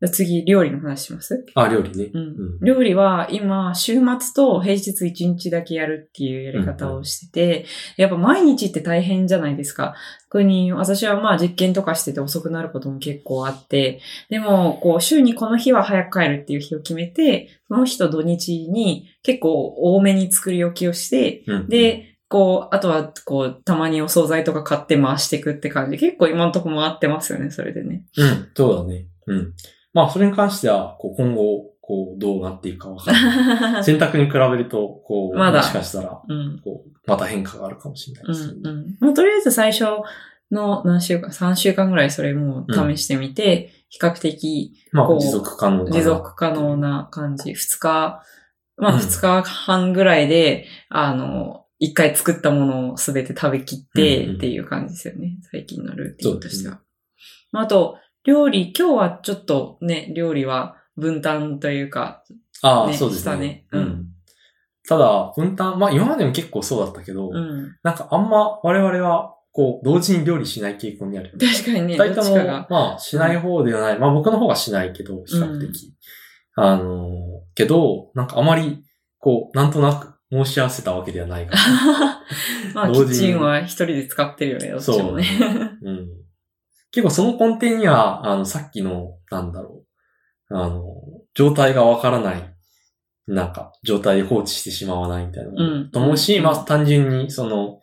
Speaker 2: じゃあ次、料理の話します
Speaker 1: あ、料理ね。
Speaker 2: うん
Speaker 1: ん
Speaker 2: 料理は今、週末と平日1日だけやるっていうやり方をしてて、やっぱ毎日って大変じゃないですか。特に私はまあ実験とかしてて遅くなることも結構あって、でもこう週にこの日は早く帰るっていう日を決めて、その日と土日に結構多めに作り置きをして、
Speaker 1: うん。
Speaker 2: で、こう、あとはこう、たまにお惣菜とか買って回していくって感じ。結構今のとこ回ってますよね、それで ね。
Speaker 1: うん、そうだね。うん。まあ、それに関しては、こう、今後、こう、どうなっていくかわからな い。選択に比べると、こう、
Speaker 2: まだ
Speaker 1: もしかしたら、
Speaker 2: うん。
Speaker 1: こう、また変化があるかもしれないですね。
Speaker 2: うんうん。まあ、とりあえず最初の何週間、3週間ぐらいそれもう試してみて、比較的
Speaker 1: ま
Speaker 2: こう
Speaker 1: あ、持続可能かな
Speaker 2: 持続可能。な感じ。2日、ま
Speaker 1: う
Speaker 2: あ
Speaker 1: ん
Speaker 2: 2日半ぐらいで、あの、1回作ったものをすべて食べきって
Speaker 1: うんうん
Speaker 2: っていう感じですよね。最近のルーティンとして
Speaker 1: そ
Speaker 2: は。まあ、あと、料理、今日はちょっとね、料理は分担というか、
Speaker 1: ああ、
Speaker 2: ね
Speaker 1: そうです
Speaker 2: した
Speaker 1: ね。
Speaker 2: ねう
Speaker 1: うんん。ただ、分担、まあ、今までも結構そうだったけど、
Speaker 2: うん。
Speaker 1: なんかあんま我々は、こう、同時に料理しない傾向にあるよね。
Speaker 2: 確かにね、ど
Speaker 1: 二
Speaker 2: っ
Speaker 1: 人
Speaker 2: ち
Speaker 1: とも
Speaker 2: かが。、
Speaker 1: まあ、しない方ではない。まあ、僕の方がしないけど、比較的。あの、けど、なんかあまり、こう、なんとなく申し合わせたわけではないから。
Speaker 2: まあ、キ
Speaker 1: 同時
Speaker 2: ッ
Speaker 1: に
Speaker 2: チンは一人で使ってるよね、 どっちもね。
Speaker 1: うん。結構その根底には、あの、さっきの、なんだろう。あの、状態がわからない。なんか、状態で放置してしまわないみたいなもの
Speaker 2: うん
Speaker 1: と思うし、
Speaker 2: うん
Speaker 1: まあ、単純に、その、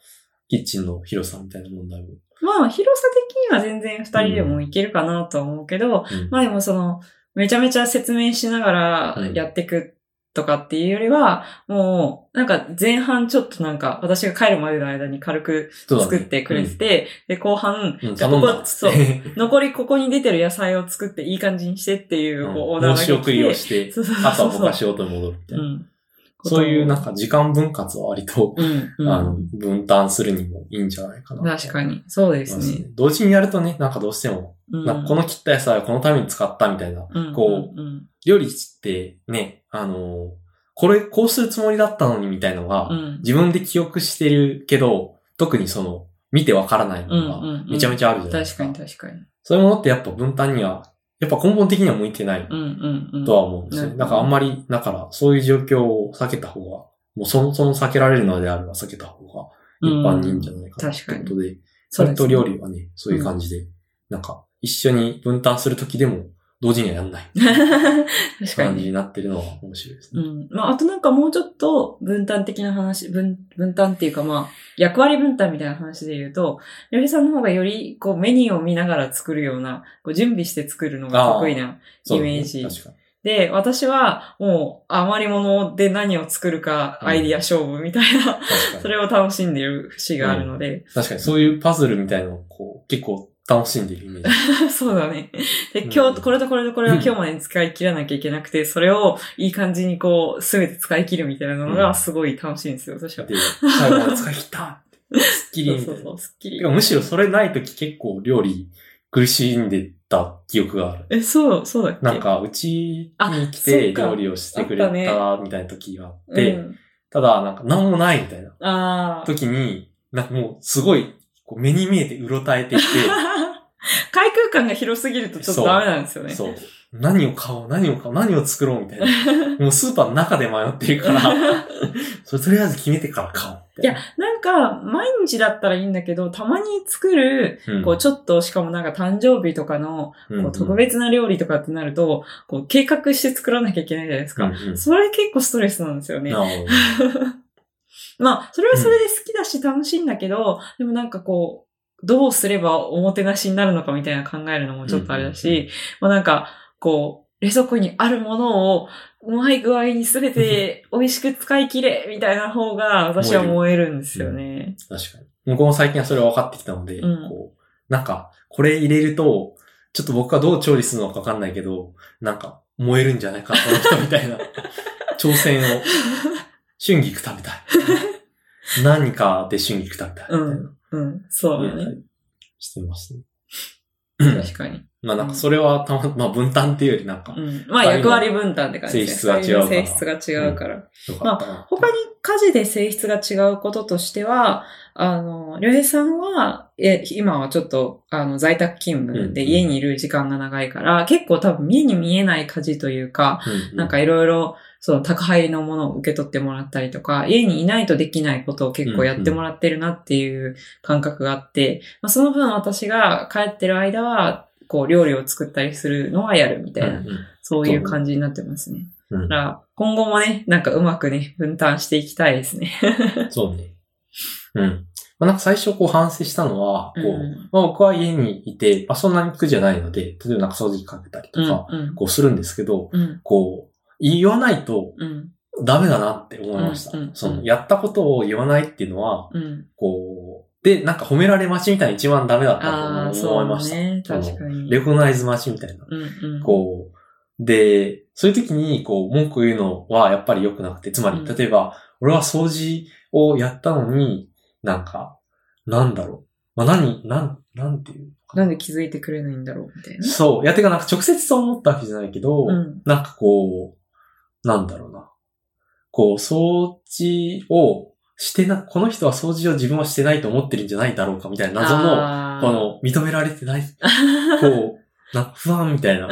Speaker 1: キッチンの広さみたいな問題も。
Speaker 2: まあ、広さ的には全然二人でもいけるかなとは思うけど、
Speaker 1: うん
Speaker 2: まあでもその、めちゃめちゃ説明しながら
Speaker 1: うん
Speaker 2: やっていくとかっていうよりは、もう、なんか前半ちょっとなんか、私が帰るまでの間に軽く
Speaker 1: そうだね
Speaker 2: 作ってくれてて、で、後半、
Speaker 1: うん、うん
Speaker 2: じゃあ
Speaker 1: 頼
Speaker 2: こ
Speaker 1: んだっ
Speaker 2: こ、
Speaker 1: つ
Speaker 2: そ
Speaker 1: っ
Speaker 2: う、
Speaker 1: て。
Speaker 2: 残りここに出てる野菜を作っていい感じにしてっていう、こうオーダ
Speaker 1: うん
Speaker 2: ーが
Speaker 1: 申
Speaker 2: 来
Speaker 1: して送りをして、
Speaker 2: そうそうそう
Speaker 1: あとは僕
Speaker 2: そう
Speaker 1: は仕事に戻るみたいうな。
Speaker 2: ん。
Speaker 1: そういうなん
Speaker 2: か、
Speaker 1: か時間分割は割と、
Speaker 2: うん、う
Speaker 1: あの
Speaker 2: ん。、
Speaker 1: 分担するにもいいんじゃないかな。
Speaker 2: 確かに。そうで
Speaker 1: ですす
Speaker 2: ね
Speaker 1: ね。。同時にやるとね、なんかどうしても、
Speaker 2: うん
Speaker 1: なんかこの切った野菜はこのために使ったみたいな。こ
Speaker 2: うんうん
Speaker 1: 料理ってね、あの、これこうするつもりだったのにみたいのが、
Speaker 2: うん、うん。
Speaker 1: 自分で記憶してるけど、特にその、見てわからないの
Speaker 2: うんうんう
Speaker 1: が
Speaker 2: ん
Speaker 1: めちゃめちゃあるじゃないです
Speaker 2: 確
Speaker 1: か。
Speaker 2: かに確かに。
Speaker 1: そういうものってやっぱ分担には、やっぱ根本的には向いてない
Speaker 2: うんうんうん。
Speaker 1: とは思うんですね。
Speaker 2: うん
Speaker 1: だからあんまり、だからそういう状況を避けた方が、もうそもそも避けられるのであれば避けた方が一般にいいんじゃないかな
Speaker 2: うん
Speaker 1: ってことで、
Speaker 2: そうですね
Speaker 1: 割と料理はね、そういう感じでなんか、一緒に分担するときでも、同時にはやんない。
Speaker 2: 確か
Speaker 1: 感
Speaker 2: に。
Speaker 1: じになってるのは面白いです
Speaker 2: う
Speaker 1: ね。
Speaker 2: ん。まあ、あとなんかもうちょっと分担的な話、分、分担っていうかまあ、役割分担みたいな話で言うと、りょうへいさんの方がより、こう、メニューを見ながら作るような、こう、準備して作るのが得意な
Speaker 1: そうだ
Speaker 2: イ
Speaker 1: ね
Speaker 2: メージ
Speaker 1: 確かに。
Speaker 2: で、私はもう余り物で何を作るか
Speaker 1: うん
Speaker 2: アイディア勝負みたいな、
Speaker 1: 確かに
Speaker 2: それを楽しんでいる節があるので、
Speaker 1: 確かに、そういうパズルみたいのをこう、結構楽しんでいるイメージ。
Speaker 2: そうだね。で、
Speaker 1: うん
Speaker 2: 今日、これとこれとこれを
Speaker 1: うん
Speaker 2: 今日までに使い切らなきゃいけなくて、それをいい感じにこう、すべて使い切るみたいなの
Speaker 1: う
Speaker 2: が
Speaker 1: ん
Speaker 2: すごい楽しいんですよ、私は。
Speaker 1: で、最後まで使い切ったスッキ
Speaker 2: そ
Speaker 1: リ
Speaker 2: う
Speaker 1: みた
Speaker 2: そ
Speaker 1: いうな
Speaker 2: そう、すっき
Speaker 1: て
Speaker 2: り
Speaker 1: か。むしろそれないとき結構料理苦しんでた記憶がある。
Speaker 2: え、そう、そうだっけ
Speaker 1: なん、か、うちに来
Speaker 2: あそってか
Speaker 1: 料理をしてくれ
Speaker 2: あったね
Speaker 1: たみたいな時があっ
Speaker 2: う
Speaker 1: て、
Speaker 2: ん、
Speaker 1: ただ、なんか、なんもないみたいな
Speaker 2: ああ。
Speaker 1: 時に、なんかもう、すごい、こう目に見えてうろたえてい
Speaker 2: 開空間が広すぎるとちょっとダメなんですよ
Speaker 1: て、
Speaker 2: ね。
Speaker 1: そう。何を買おう、何を買おう、何を作ろうみたいな。 もうスーパーの中で迷ってるから、それとりあえず決めてから買おうみた
Speaker 2: い
Speaker 1: い
Speaker 2: や
Speaker 1: な。、
Speaker 2: なんか、毎日だったらいいんだけど、たまに作る、
Speaker 1: うん
Speaker 2: こう、ちょっと、しかもなんか誕生日とかの、こう、特別な料理とかってなると、こう、計画して作らなきゃいけないじゃないです
Speaker 1: うんう
Speaker 2: か。
Speaker 1: ん
Speaker 2: それ結構ストレスなんですよね。
Speaker 1: なるほど
Speaker 2: まあ、それはそれで好きだし楽しいんだけど、でもなんかこう、どうすればおもてなしになるのかみたいな考えるのもちょっとあれだ
Speaker 1: うんうんう
Speaker 2: し、まあなんか、こう、冷蔵庫にあるものを、うまい具合にすべて美味しく使い切れ、みたいな方が私は燃えるんですよね。
Speaker 1: 確かに。僕も最近はそれは分かってきたので、
Speaker 2: うん
Speaker 1: こう、なんか、これ入れると、ちょっと僕はどう調理するのか分かんないけど、なんか、燃えるんじゃないか、この人みたい な、挑戦を、春菊食べ たい。何かで春菊食べたい。みたいな
Speaker 2: うん、そうだね。
Speaker 1: してますね。
Speaker 2: 確かに。
Speaker 1: まあなんかそれはたま、まあ分担っていうよりなんか、
Speaker 2: うん。まあ役割分担って感じですね。
Speaker 1: 性質が違うから
Speaker 2: 性質が違うから。
Speaker 1: よかったな、
Speaker 2: 他に家事で性質が違うこととしては、あの、りょうへいさんは、え、今はちょっと、あの、在宅勤務で
Speaker 1: うん
Speaker 2: 家にいる時間が長いから、結構多分目に見えない家事というか、
Speaker 1: うんうん
Speaker 2: なんかいろいろ、その宅配のものを受け取ってもらったりとか、家にいないとできないことを結構やってもらってるなっていう感覚があって、まあ、その分私が帰ってる間は、こう料理を作ったりするのはやるみたいな、
Speaker 1: うんうん
Speaker 2: そういう感じになってますね。
Speaker 1: うん
Speaker 2: だから、今後もね、なんかうまくね、分担していきたいですね。
Speaker 1: そうね。うん。まあ、なんか最初こう反省したのは、こう、
Speaker 2: うん
Speaker 1: まあ僕は家にいて、まあそんなに苦じゃないので、例えばなんか掃除機かけたりとか、
Speaker 2: うん
Speaker 1: こうするんですけど、
Speaker 2: うん
Speaker 1: こう、言わないと
Speaker 2: うん
Speaker 1: ダメだなって思いました。
Speaker 2: うんうん
Speaker 1: その、やったことを言わないっていうのは、
Speaker 2: うん
Speaker 1: こう、で、なんか褒められ待ちみたいな一番ダメだった
Speaker 2: あ
Speaker 1: と
Speaker 2: あ、
Speaker 1: 思
Speaker 2: そ
Speaker 1: いま
Speaker 2: う
Speaker 1: した。
Speaker 2: ね。
Speaker 1: その
Speaker 2: 確かに。
Speaker 1: レコナイズ待ちみたいな。
Speaker 2: うんうん
Speaker 1: こう、で、そういう時に、こう、文句言うのはやっぱり良くなくて、つま
Speaker 2: う
Speaker 1: り、
Speaker 2: ん
Speaker 1: 例えば、俺は掃除をやったのに、なんか、なんだろう。まあ、何、なん、なんていうのか
Speaker 2: なんで気づいてくれないんだろうみたいな。
Speaker 1: そう。いや、てかなんか直接そう思ったわけじゃないけど、
Speaker 2: うん
Speaker 1: なんかこう、なんだろうな。こう、掃除をしてな、この人は掃除を自分はしてないと思ってるんじゃないだろうかみたいな謎の、
Speaker 2: あー
Speaker 1: この、認められてない、こう、 なんか不安みたいな、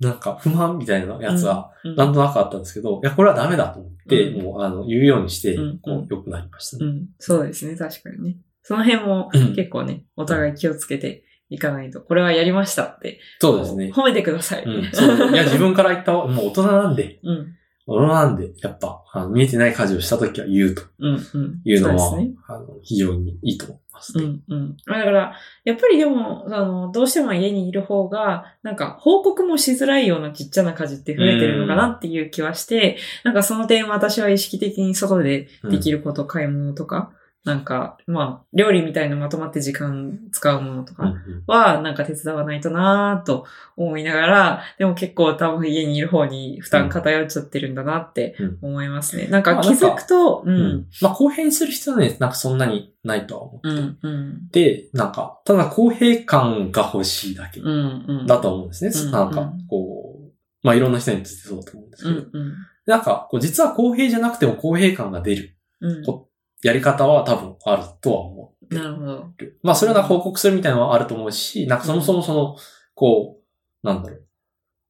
Speaker 1: なんか不満みたいなやつは、
Speaker 2: うん
Speaker 1: なんとなくあったんですけど、いや、これはダメだと思って、
Speaker 2: うん
Speaker 1: もう、あの、言うようにして、
Speaker 2: うん
Speaker 1: こう、良くなりました
Speaker 2: う
Speaker 1: ね。
Speaker 2: ん。そうですね、確かにね。その辺も
Speaker 1: うん
Speaker 2: 結構ね、お互い気をつけていかないと、これはやりましたって。
Speaker 1: そうですね。
Speaker 2: 褒めてください。
Speaker 1: うん、そう。いや、自分から言った方、もう大人なんで、
Speaker 2: うん。
Speaker 1: 俺なんで、やっぱ、あの見えてない家事をしたときは言うと
Speaker 2: うん。うん。
Speaker 1: いうの
Speaker 2: そ
Speaker 1: は、
Speaker 2: うですね。
Speaker 1: あの非常にいいと思います
Speaker 2: う
Speaker 1: ね。
Speaker 2: んうん。まあだから、やっぱりでも、あの、どうしても家にいる方が、なんか、報告もしづらいようなちっちゃな家事って増えてるのかなっていう気はして、なんかその点私は意識的に外ででき
Speaker 1: る。
Speaker 2: ること、買い物とか、なんか、まあ、料理みたいなまとまって時間使うものと
Speaker 1: うんう
Speaker 2: か
Speaker 1: ん
Speaker 2: は、なんか手伝わないとなぁと思いながら、でも結構多分家にいる方に負担偏っちゃってるんだなって思いますね。なんか気づくと、う
Speaker 1: うんん、まあ、公平にする必要はね、なんかそんなにないとは思
Speaker 2: う
Speaker 1: っ
Speaker 2: ん、うん、
Speaker 1: て、なんか、ただ公平感が欲しいだけ
Speaker 2: うん、うん。
Speaker 1: だと思うんですね。
Speaker 2: うんうん
Speaker 1: なんか、こう、まあ、いろんな人についてそうだと思うんです
Speaker 2: う
Speaker 1: けど、
Speaker 2: ん、うん。
Speaker 1: なんか、こう、実は公平じゃなくても公平感が出る
Speaker 2: うん
Speaker 1: こやり方は多分あるとは思う。
Speaker 2: なるほど。
Speaker 1: まあ、それは報告するみたいなのはあると思うし、なんかそもそもその、こう、なんだろう。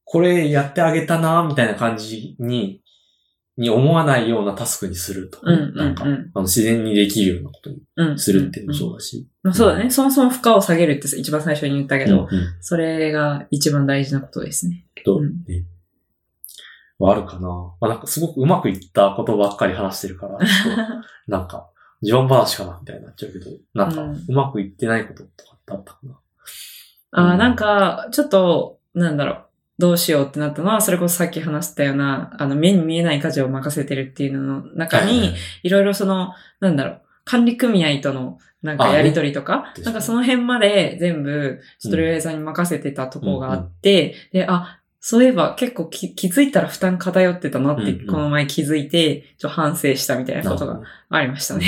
Speaker 1: これやってあげたな、みたいな感じに、に思わないようなタスクにするとかね、
Speaker 2: うんうんうん
Speaker 1: なんか、あの、自然にできるようなことに
Speaker 2: うん。
Speaker 1: するっていうのも
Speaker 2: うん
Speaker 1: そうだし。
Speaker 2: まあそうだね。そもそも負荷を下げるって一番最初に言ったけ
Speaker 1: うん
Speaker 2: ど、
Speaker 1: うん
Speaker 2: それが一番大事なことですね。
Speaker 1: と、
Speaker 2: うん
Speaker 1: ね。はあるかな。まあなんかすごくうまくいったことばっかり話してるから、ち ょっとなんか、自慢話かなみたいになっちゃうけど、なんか、
Speaker 2: う
Speaker 1: うんまくいってないこととかってあったかな。
Speaker 2: あ
Speaker 1: う
Speaker 2: ー
Speaker 1: ん
Speaker 2: なんか、ちょっと、なんだろう、どうしようってなったのは、それこそさっき話したような、あの、目に見えない家事を任せてるっていうのの中
Speaker 1: はいはい
Speaker 2: に
Speaker 1: はい、
Speaker 2: いろいろその、なんだろう、管理組合との、なんか
Speaker 1: あ
Speaker 2: やりとりとか、
Speaker 1: ね
Speaker 2: なんかその辺まで全部、ちょっとレイさんに任せてたとこがあって、で、あ、そういえば結構き気づいたら負担偏ってたなって、
Speaker 1: うんうん
Speaker 2: この前気づいて、ちょっと反省したみたいなこと
Speaker 1: な
Speaker 2: が
Speaker 1: んか
Speaker 2: ありましたね。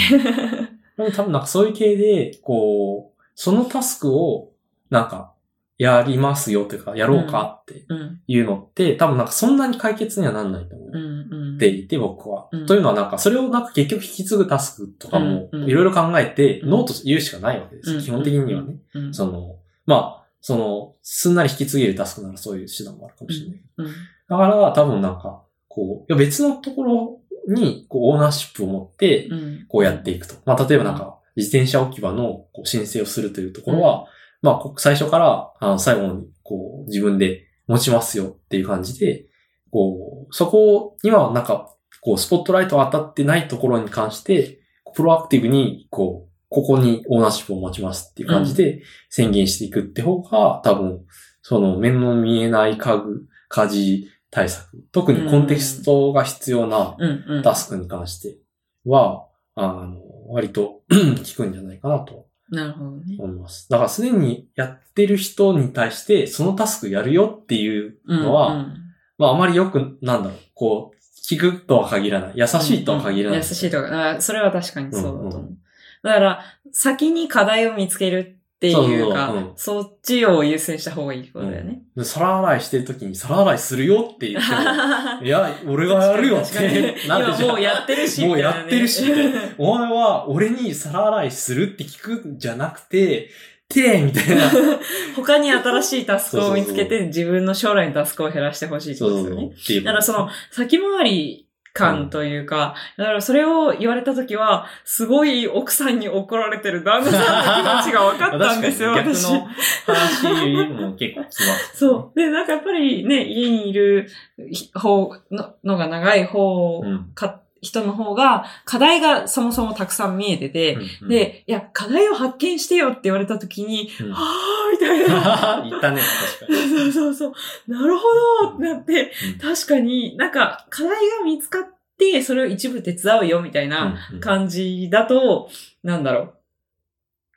Speaker 1: でも多分なんかそういう系で、こう、そのタスクを、なんか、やりますよというか、やろうかって
Speaker 2: うん、
Speaker 1: いうのって、多分なんかそんなに解決にはなんないと思う。
Speaker 2: うん、うん。
Speaker 1: っていて、僕は。
Speaker 2: うん
Speaker 1: というのはなんか、それをなんか結局引き継ぐタスクとかも、
Speaker 2: うんうん
Speaker 1: いろいろ考えて、
Speaker 2: うん
Speaker 1: ノート言うしかないわけですよ。
Speaker 2: うん
Speaker 1: 基本的にはね。
Speaker 2: うん、
Speaker 1: その、まあ、その、すんなり引き継げるタスクならそういう手段もあるかもしれない。
Speaker 2: うん、
Speaker 1: だから、多分なんか、こう、いや別のところに、こう、オーナーシップを持って、
Speaker 2: うん。
Speaker 1: こうやっていくと。まあ、例えばなんか、自転車置き場のこう申請をするというところは、まあこう、最初から、あの、最後に、こう、自分で持ちますよっていう感じで、こう、そこにはなんか、こう、スポットライトが当たってないところに関して、プロアクティブに、こう、ここにオーナーシップを持ちますっていう感じで宣言していくって方が、多分、その、面の見えない家具、家事対策、特にコンテキストが必要な、
Speaker 2: うん、うん。
Speaker 1: タスクに関しては、あの、割と 効くんじゃないかなと
Speaker 2: なるほどね。
Speaker 1: 思います。だからすでにやってる人に対して、そのタスクやるよっていうのは、
Speaker 2: うんうん
Speaker 1: まああまりよく、なんだろう、こう、効くとは限らない。優しいとは限らない。
Speaker 2: 優しいとか、あそれは確かにそうだと思う。
Speaker 1: うんう
Speaker 2: だから、先に課題を見つけるっていうか、
Speaker 1: そ
Speaker 2: そう
Speaker 1: そう
Speaker 2: っちを優先した方がいいことだよね。
Speaker 1: で皿洗いしてる時に皿洗いするよって言って もいや、俺がやるよっ
Speaker 2: 確かに
Speaker 1: て
Speaker 2: 確
Speaker 1: な
Speaker 2: かに
Speaker 1: るじゃ
Speaker 2: 今も
Speaker 1: ん
Speaker 2: う。やってるし、
Speaker 1: もうやってるし
Speaker 2: みたいなね
Speaker 1: お前は俺に皿洗いするって聞くんじゃなくて、てみたい な。
Speaker 2: 他に新しいタスクを見
Speaker 1: そ
Speaker 2: つけ
Speaker 1: うそう
Speaker 2: て、自分の将来のタスクを減らしてほしいって
Speaker 1: そ
Speaker 2: こ
Speaker 1: う
Speaker 2: と
Speaker 1: そう
Speaker 2: です
Speaker 1: そう
Speaker 2: よね。
Speaker 1: っていう。
Speaker 2: だからその、先回り感というか、だからそれを言われたときは、すごい奥さんに怒られてる旦那さんの気持ちが分かったんです よ、
Speaker 1: 確かに
Speaker 2: 私。
Speaker 1: 逆の話も結構します。
Speaker 2: そう。で、なんかやっぱりね、家にいるひ方ののが長い方
Speaker 1: う。ん。
Speaker 2: か、人の方が、課題がそもそもたくさん見えてて、
Speaker 1: うん、
Speaker 2: で、いや、課題を発見してよって言われた時に、
Speaker 1: うん、
Speaker 2: はぁーみた いな。
Speaker 1: 言ったね、確かに。
Speaker 2: そうそうそう。なるほどってなって、確かになんか課題が見つかって、それを一部手伝うよみたいな
Speaker 1: うん
Speaker 2: 感じだと、なんだろう。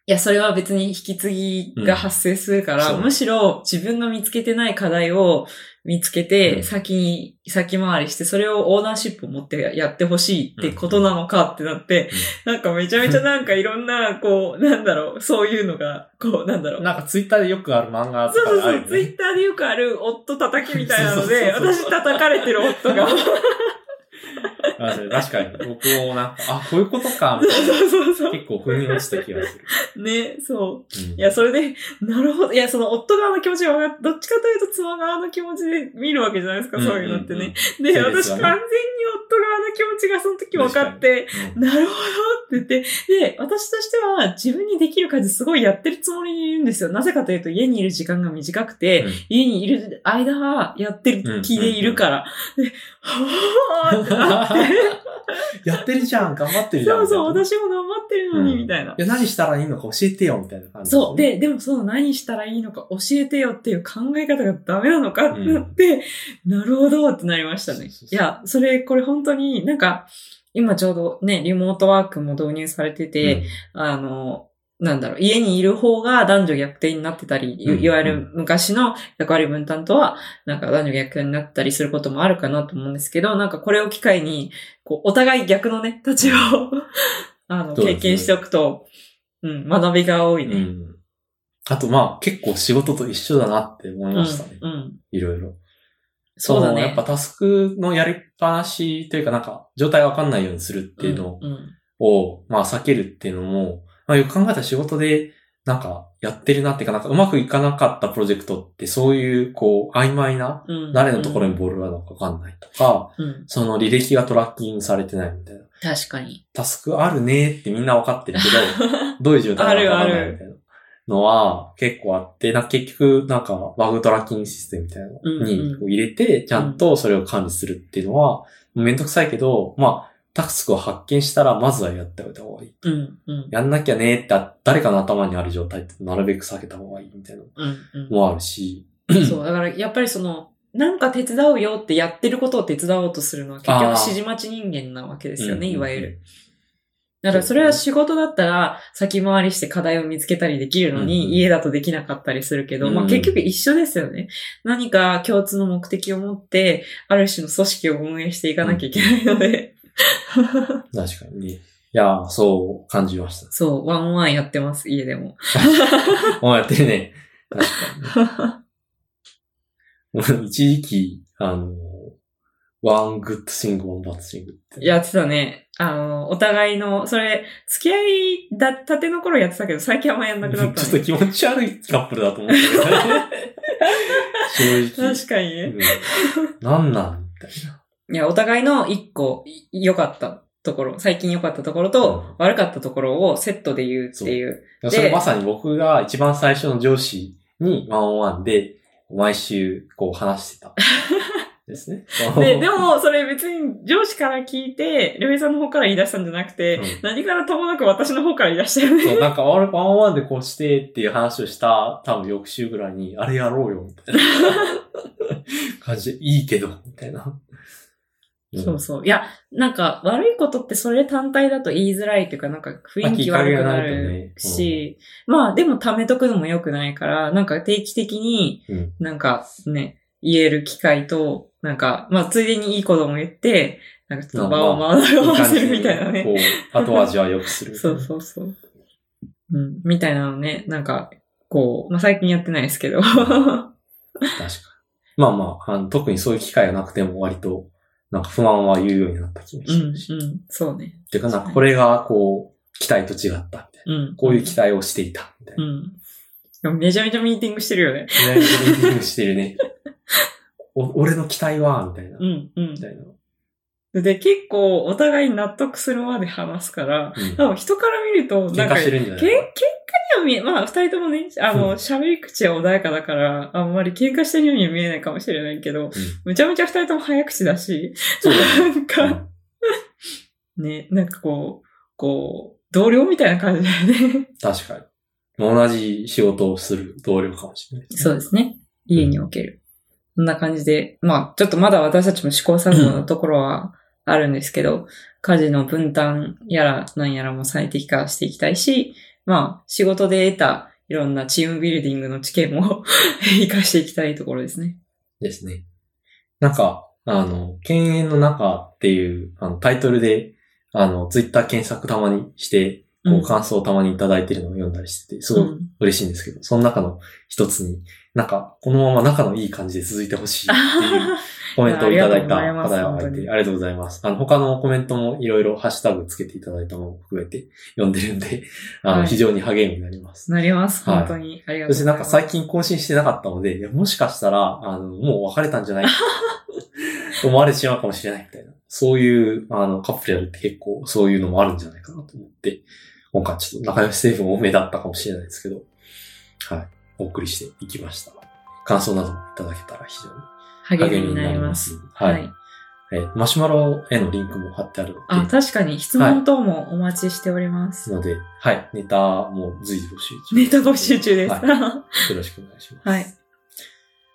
Speaker 2: いや、それは別に引き継ぎが発生するから、
Speaker 1: うんそう
Speaker 2: むしろ自分が見つけてない課題を見つけて、
Speaker 1: うん
Speaker 2: 先に、先回りして、それをオーナーシップを持ってやってほしいってことなのかってなって、なんかめちゃ めちゃなんかいろんな、こう、なんだろう、そういうのが、こう、なんだろう。
Speaker 1: なんかツイッターでよくある漫画と
Speaker 2: そう
Speaker 1: か
Speaker 2: そう
Speaker 1: あ
Speaker 2: そ
Speaker 1: るよ
Speaker 2: う、
Speaker 1: ね。
Speaker 2: ツイッターでよくある夫叩きみたいなので、
Speaker 1: そうそうそう
Speaker 2: 私
Speaker 1: そう
Speaker 2: 叩かれてる 夫が。
Speaker 1: あそれ確かに。僕もなんか、あ、こういうことか、みたいな。
Speaker 2: そうそうそう。
Speaker 1: 結構腑に落ちた気がする。
Speaker 2: ね、そう。
Speaker 1: うん
Speaker 2: いや、それで、 なるほど。いや、その夫側の気持ちが分かっ、どっちかというと妻側の気持ちで見るわけじゃないですか、そういうのってね。。
Speaker 1: 性別
Speaker 2: で、私
Speaker 1: は
Speaker 2: 完全
Speaker 1: ね
Speaker 2: に夫側の気持ちがその時分かって、
Speaker 1: うんうんうん
Speaker 2: なるほどって言って、で、私としては自分にできる家事すごいやってるつもりにいるんですよ。なぜかというと家にいる時間が短くて、
Speaker 1: うん
Speaker 2: 家にいる間はやってる気でいるから。で、はぁーってなって
Speaker 1: やってるじゃん、頑張ってるじゃん。
Speaker 2: そうそ
Speaker 1: み
Speaker 2: う、
Speaker 1: たい
Speaker 2: 私も頑張ってるのに、
Speaker 1: うん
Speaker 2: みたいな。
Speaker 1: ないや、何したらいいのか教えてよ、みたいな感じ。
Speaker 2: そう。、で、でもその何したらいいのか教えてよっていう考え方がダメなのかってなって、なるほどってなりましたね。
Speaker 1: そうそう
Speaker 2: い
Speaker 1: そう
Speaker 2: や、それ、これ本当になんか、今ちょうどね、リモートワークも導入されてて、あの、なんだろう、家にいる方が男女逆転になってたり、い
Speaker 1: うん
Speaker 2: いわゆる昔の役割分担とは、なんか男女逆転になったりすることもあるかなと思うんですけど、なんかこれを機会に、こう、お互い逆のね、立場を、 あの、
Speaker 1: そうですね
Speaker 2: 経験しておくと、うん、学びが多
Speaker 1: う
Speaker 2: い
Speaker 1: ん。
Speaker 2: ね。
Speaker 1: うん。あと、まあ、結構仕事と一緒だなって思いましたね。
Speaker 2: うん。うん
Speaker 1: いろいろ。
Speaker 2: そうだ
Speaker 1: の
Speaker 2: ね。
Speaker 1: やっぱタスクのやりっぱなしというかなんか状態がわかんないようにするっていうの
Speaker 2: うんうん
Speaker 1: を、まあ避けるっていうのも、まあよく考えたら仕事でなんか、やってるなっていうか、なんか、うまくいかなかったプロジェクトって、そういう、こう、曖昧な、
Speaker 2: うん。
Speaker 1: 誰のところにボールが乗っかかんないとか、
Speaker 2: うん。
Speaker 1: その履歴がトラッキングされてないみたいな。
Speaker 2: 確かに。
Speaker 1: タスクあるねーってみんなわかってるけど、 どういう状態なのかわかんないみたいなのは結構あって、なんか結局なんかバグトラッキングシステムみたいなの
Speaker 2: うん
Speaker 1: に
Speaker 2: うん
Speaker 1: こう入れて、ちゃんとそれを管理するっていうのは、めんどくさいけど、まあ、タスクを発見したらまずはやっておいた方がいい。
Speaker 2: うん。うん。
Speaker 1: やんなきゃねーって誰かの頭にある状態ってなるべく避けた方がいいみたいな
Speaker 2: うん。うん
Speaker 1: の。もあるし、
Speaker 2: そう、だからやっぱりその、なんか手伝うよってやってることを手伝おうとするのは結
Speaker 1: あー
Speaker 2: 局指示待ち人間なわけですよね、
Speaker 1: うん
Speaker 2: いわゆる。。だからそれは仕事だったら先回りして課題を見つけたりできるの
Speaker 1: うんうん
Speaker 2: に家だとできなかったりするけど、
Speaker 1: う
Speaker 2: まあ
Speaker 1: ん
Speaker 2: 結局一緒ですよね。何か共通の目的を持って、ある種の組織を運営していかなきゃいけないので、
Speaker 1: 確かにね。いやー、そう感じました。
Speaker 2: そう、ワンワンやってます、家でも。
Speaker 1: お前やってるね。確かに。一時期、あの、ワングッドシング、ワンバッドシングって。
Speaker 2: やってたね。あの、お互いの、それ、付き合いだ、たての頃やってたけど、最近あんまやんなくなった、ね。
Speaker 1: ちょっと気持ち悪いカップルだと思ったけどね。 正直。
Speaker 2: 確かにね。
Speaker 1: うんなんなんみたいな。
Speaker 2: いや、お互いの一個い良かったところ、最近良かったところと、
Speaker 1: うん
Speaker 2: 悪かったところをセットで言うっていう。
Speaker 1: でもそれまさに僕が一番最初の上司にワンオンワンで、毎週こう話してた。 ですね。
Speaker 2: で、でも、それ別に上司から聞いて、ルミさんの方から言い出したんじゃなくて、
Speaker 1: うん
Speaker 2: 何からともなく私の方から言い出したよ
Speaker 1: そう、
Speaker 2: ね。
Speaker 1: なんか、俺、ワンオンワンでこうしてっていう話をした、多分翌週ぐらいに、あれやろうよ、み たいな感じで、いいけど、みたいな。ん
Speaker 2: そうそう。いや、なんか、悪いことってそれ単体だと言いづらいっていうか、なんか雰囲気悪くなるし、まあ、でも貯めとくのも良くないから、なんか定期的に
Speaker 1: うん、
Speaker 2: なんかね、言える機会と、なんか、まあ、ついでにいいことも言って、なんかちょっと場を回らせるみたいなね。
Speaker 1: こう、後味は良くするみたい
Speaker 2: そ
Speaker 1: な。
Speaker 2: うそうそう。うん、みたいなのね、なんか、こう、まあ、最近やってないですけ ど。
Speaker 1: 確かに。まあまああの、特にそういう機会がなくても割と、なんか不満は言うようになった気が
Speaker 2: う
Speaker 1: し
Speaker 2: ん、う
Speaker 1: ますし。
Speaker 2: ん、そうね。
Speaker 1: てか、なんかこれが、こう、期待と違った、みたいな。
Speaker 2: うん。
Speaker 1: こういう期待をしていた、みたいな。
Speaker 2: うん。でもめちゃめちゃミーティングしてるよね。
Speaker 1: 期待とリンキングしてるね。お俺の期待は、みたいな。
Speaker 2: うん、うん
Speaker 1: み。たいな。
Speaker 2: で、結構お互い納得するまで話すから、
Speaker 1: うん
Speaker 2: 多分人から見ると、な
Speaker 1: 喧
Speaker 2: んか、
Speaker 1: 嘩して
Speaker 2: けん喧嘩
Speaker 1: るんじゃない
Speaker 2: には見え、まあ二人ともね、あ
Speaker 1: うん
Speaker 2: の、喋り口は穏やかだから、あんまり喧嘩してるようには見えないかもしれないけど、むちゃめちゃ二人とも早口だし、
Speaker 1: そうだね
Speaker 2: なんか、ね、なんかこう、こう、同僚みたいな感じだよね。
Speaker 1: 確かに。同じ仕事をする同僚かもしれない。
Speaker 2: そうですね。家における。こんな感じで、まあ、ちょっとまだ私たちも試行錯誤のところはあるんですけど、家事の分担やらなんやらも最適化していきたいし、まあ、仕事で得たいろんなチームビルディングの知見も 活かしていきたいところですね。
Speaker 1: ですね。なんか、あの、犬猿の中っていうあのタイトルで、あの、ツイッター検索たまにして、こう感想をたまにいただいてるのを読んだりしてて、す
Speaker 2: う
Speaker 1: ご
Speaker 2: ん
Speaker 1: い嬉しいんですけど、その中の一つに、なんか、このまま仲のいい感じで続いてほしいっていうコメントをいただいた方がいて、ありがとうございます。あの、他のコメントもいろいろハッシュタグつけていただいたものも含めて読んでるんで、あの、
Speaker 2: はい
Speaker 1: 非常に励みになります。
Speaker 2: なります。
Speaker 1: はい
Speaker 2: 本当に。ありがと
Speaker 1: そうして
Speaker 2: ござい
Speaker 1: なん
Speaker 2: ま
Speaker 1: か
Speaker 2: す。
Speaker 1: 最近更新してなかったので、いやもしかしたら、あの、もう別れたんじゃない と思われてしまうかもしれないみたいな。そういう、あの、カップルやるって結構そういうのもあるんじゃないかなと思って、今回ちょっと仲良し成分多めだったかもしれないですけど、はい、お送りしていきました。感想などもいただけたら非常に
Speaker 2: 励
Speaker 1: 励
Speaker 2: み
Speaker 1: み
Speaker 2: に
Speaker 1: に
Speaker 2: な
Speaker 1: な
Speaker 2: り
Speaker 1: りま
Speaker 2: ます。
Speaker 1: す。はい、えーマシュマロへのリンクも貼ってあるので、
Speaker 2: あ、確かに質問等もお待ちしております。
Speaker 1: ので、はい、ネタも随時募集中。
Speaker 2: ネタ募集中です。
Speaker 1: はいよろしくお願いします。
Speaker 2: はい。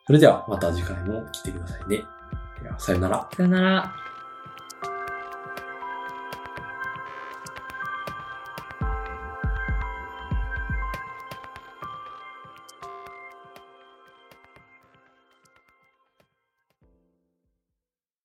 Speaker 1: それではまた次回も来てくださいね。ではさよなら。
Speaker 2: さよなら。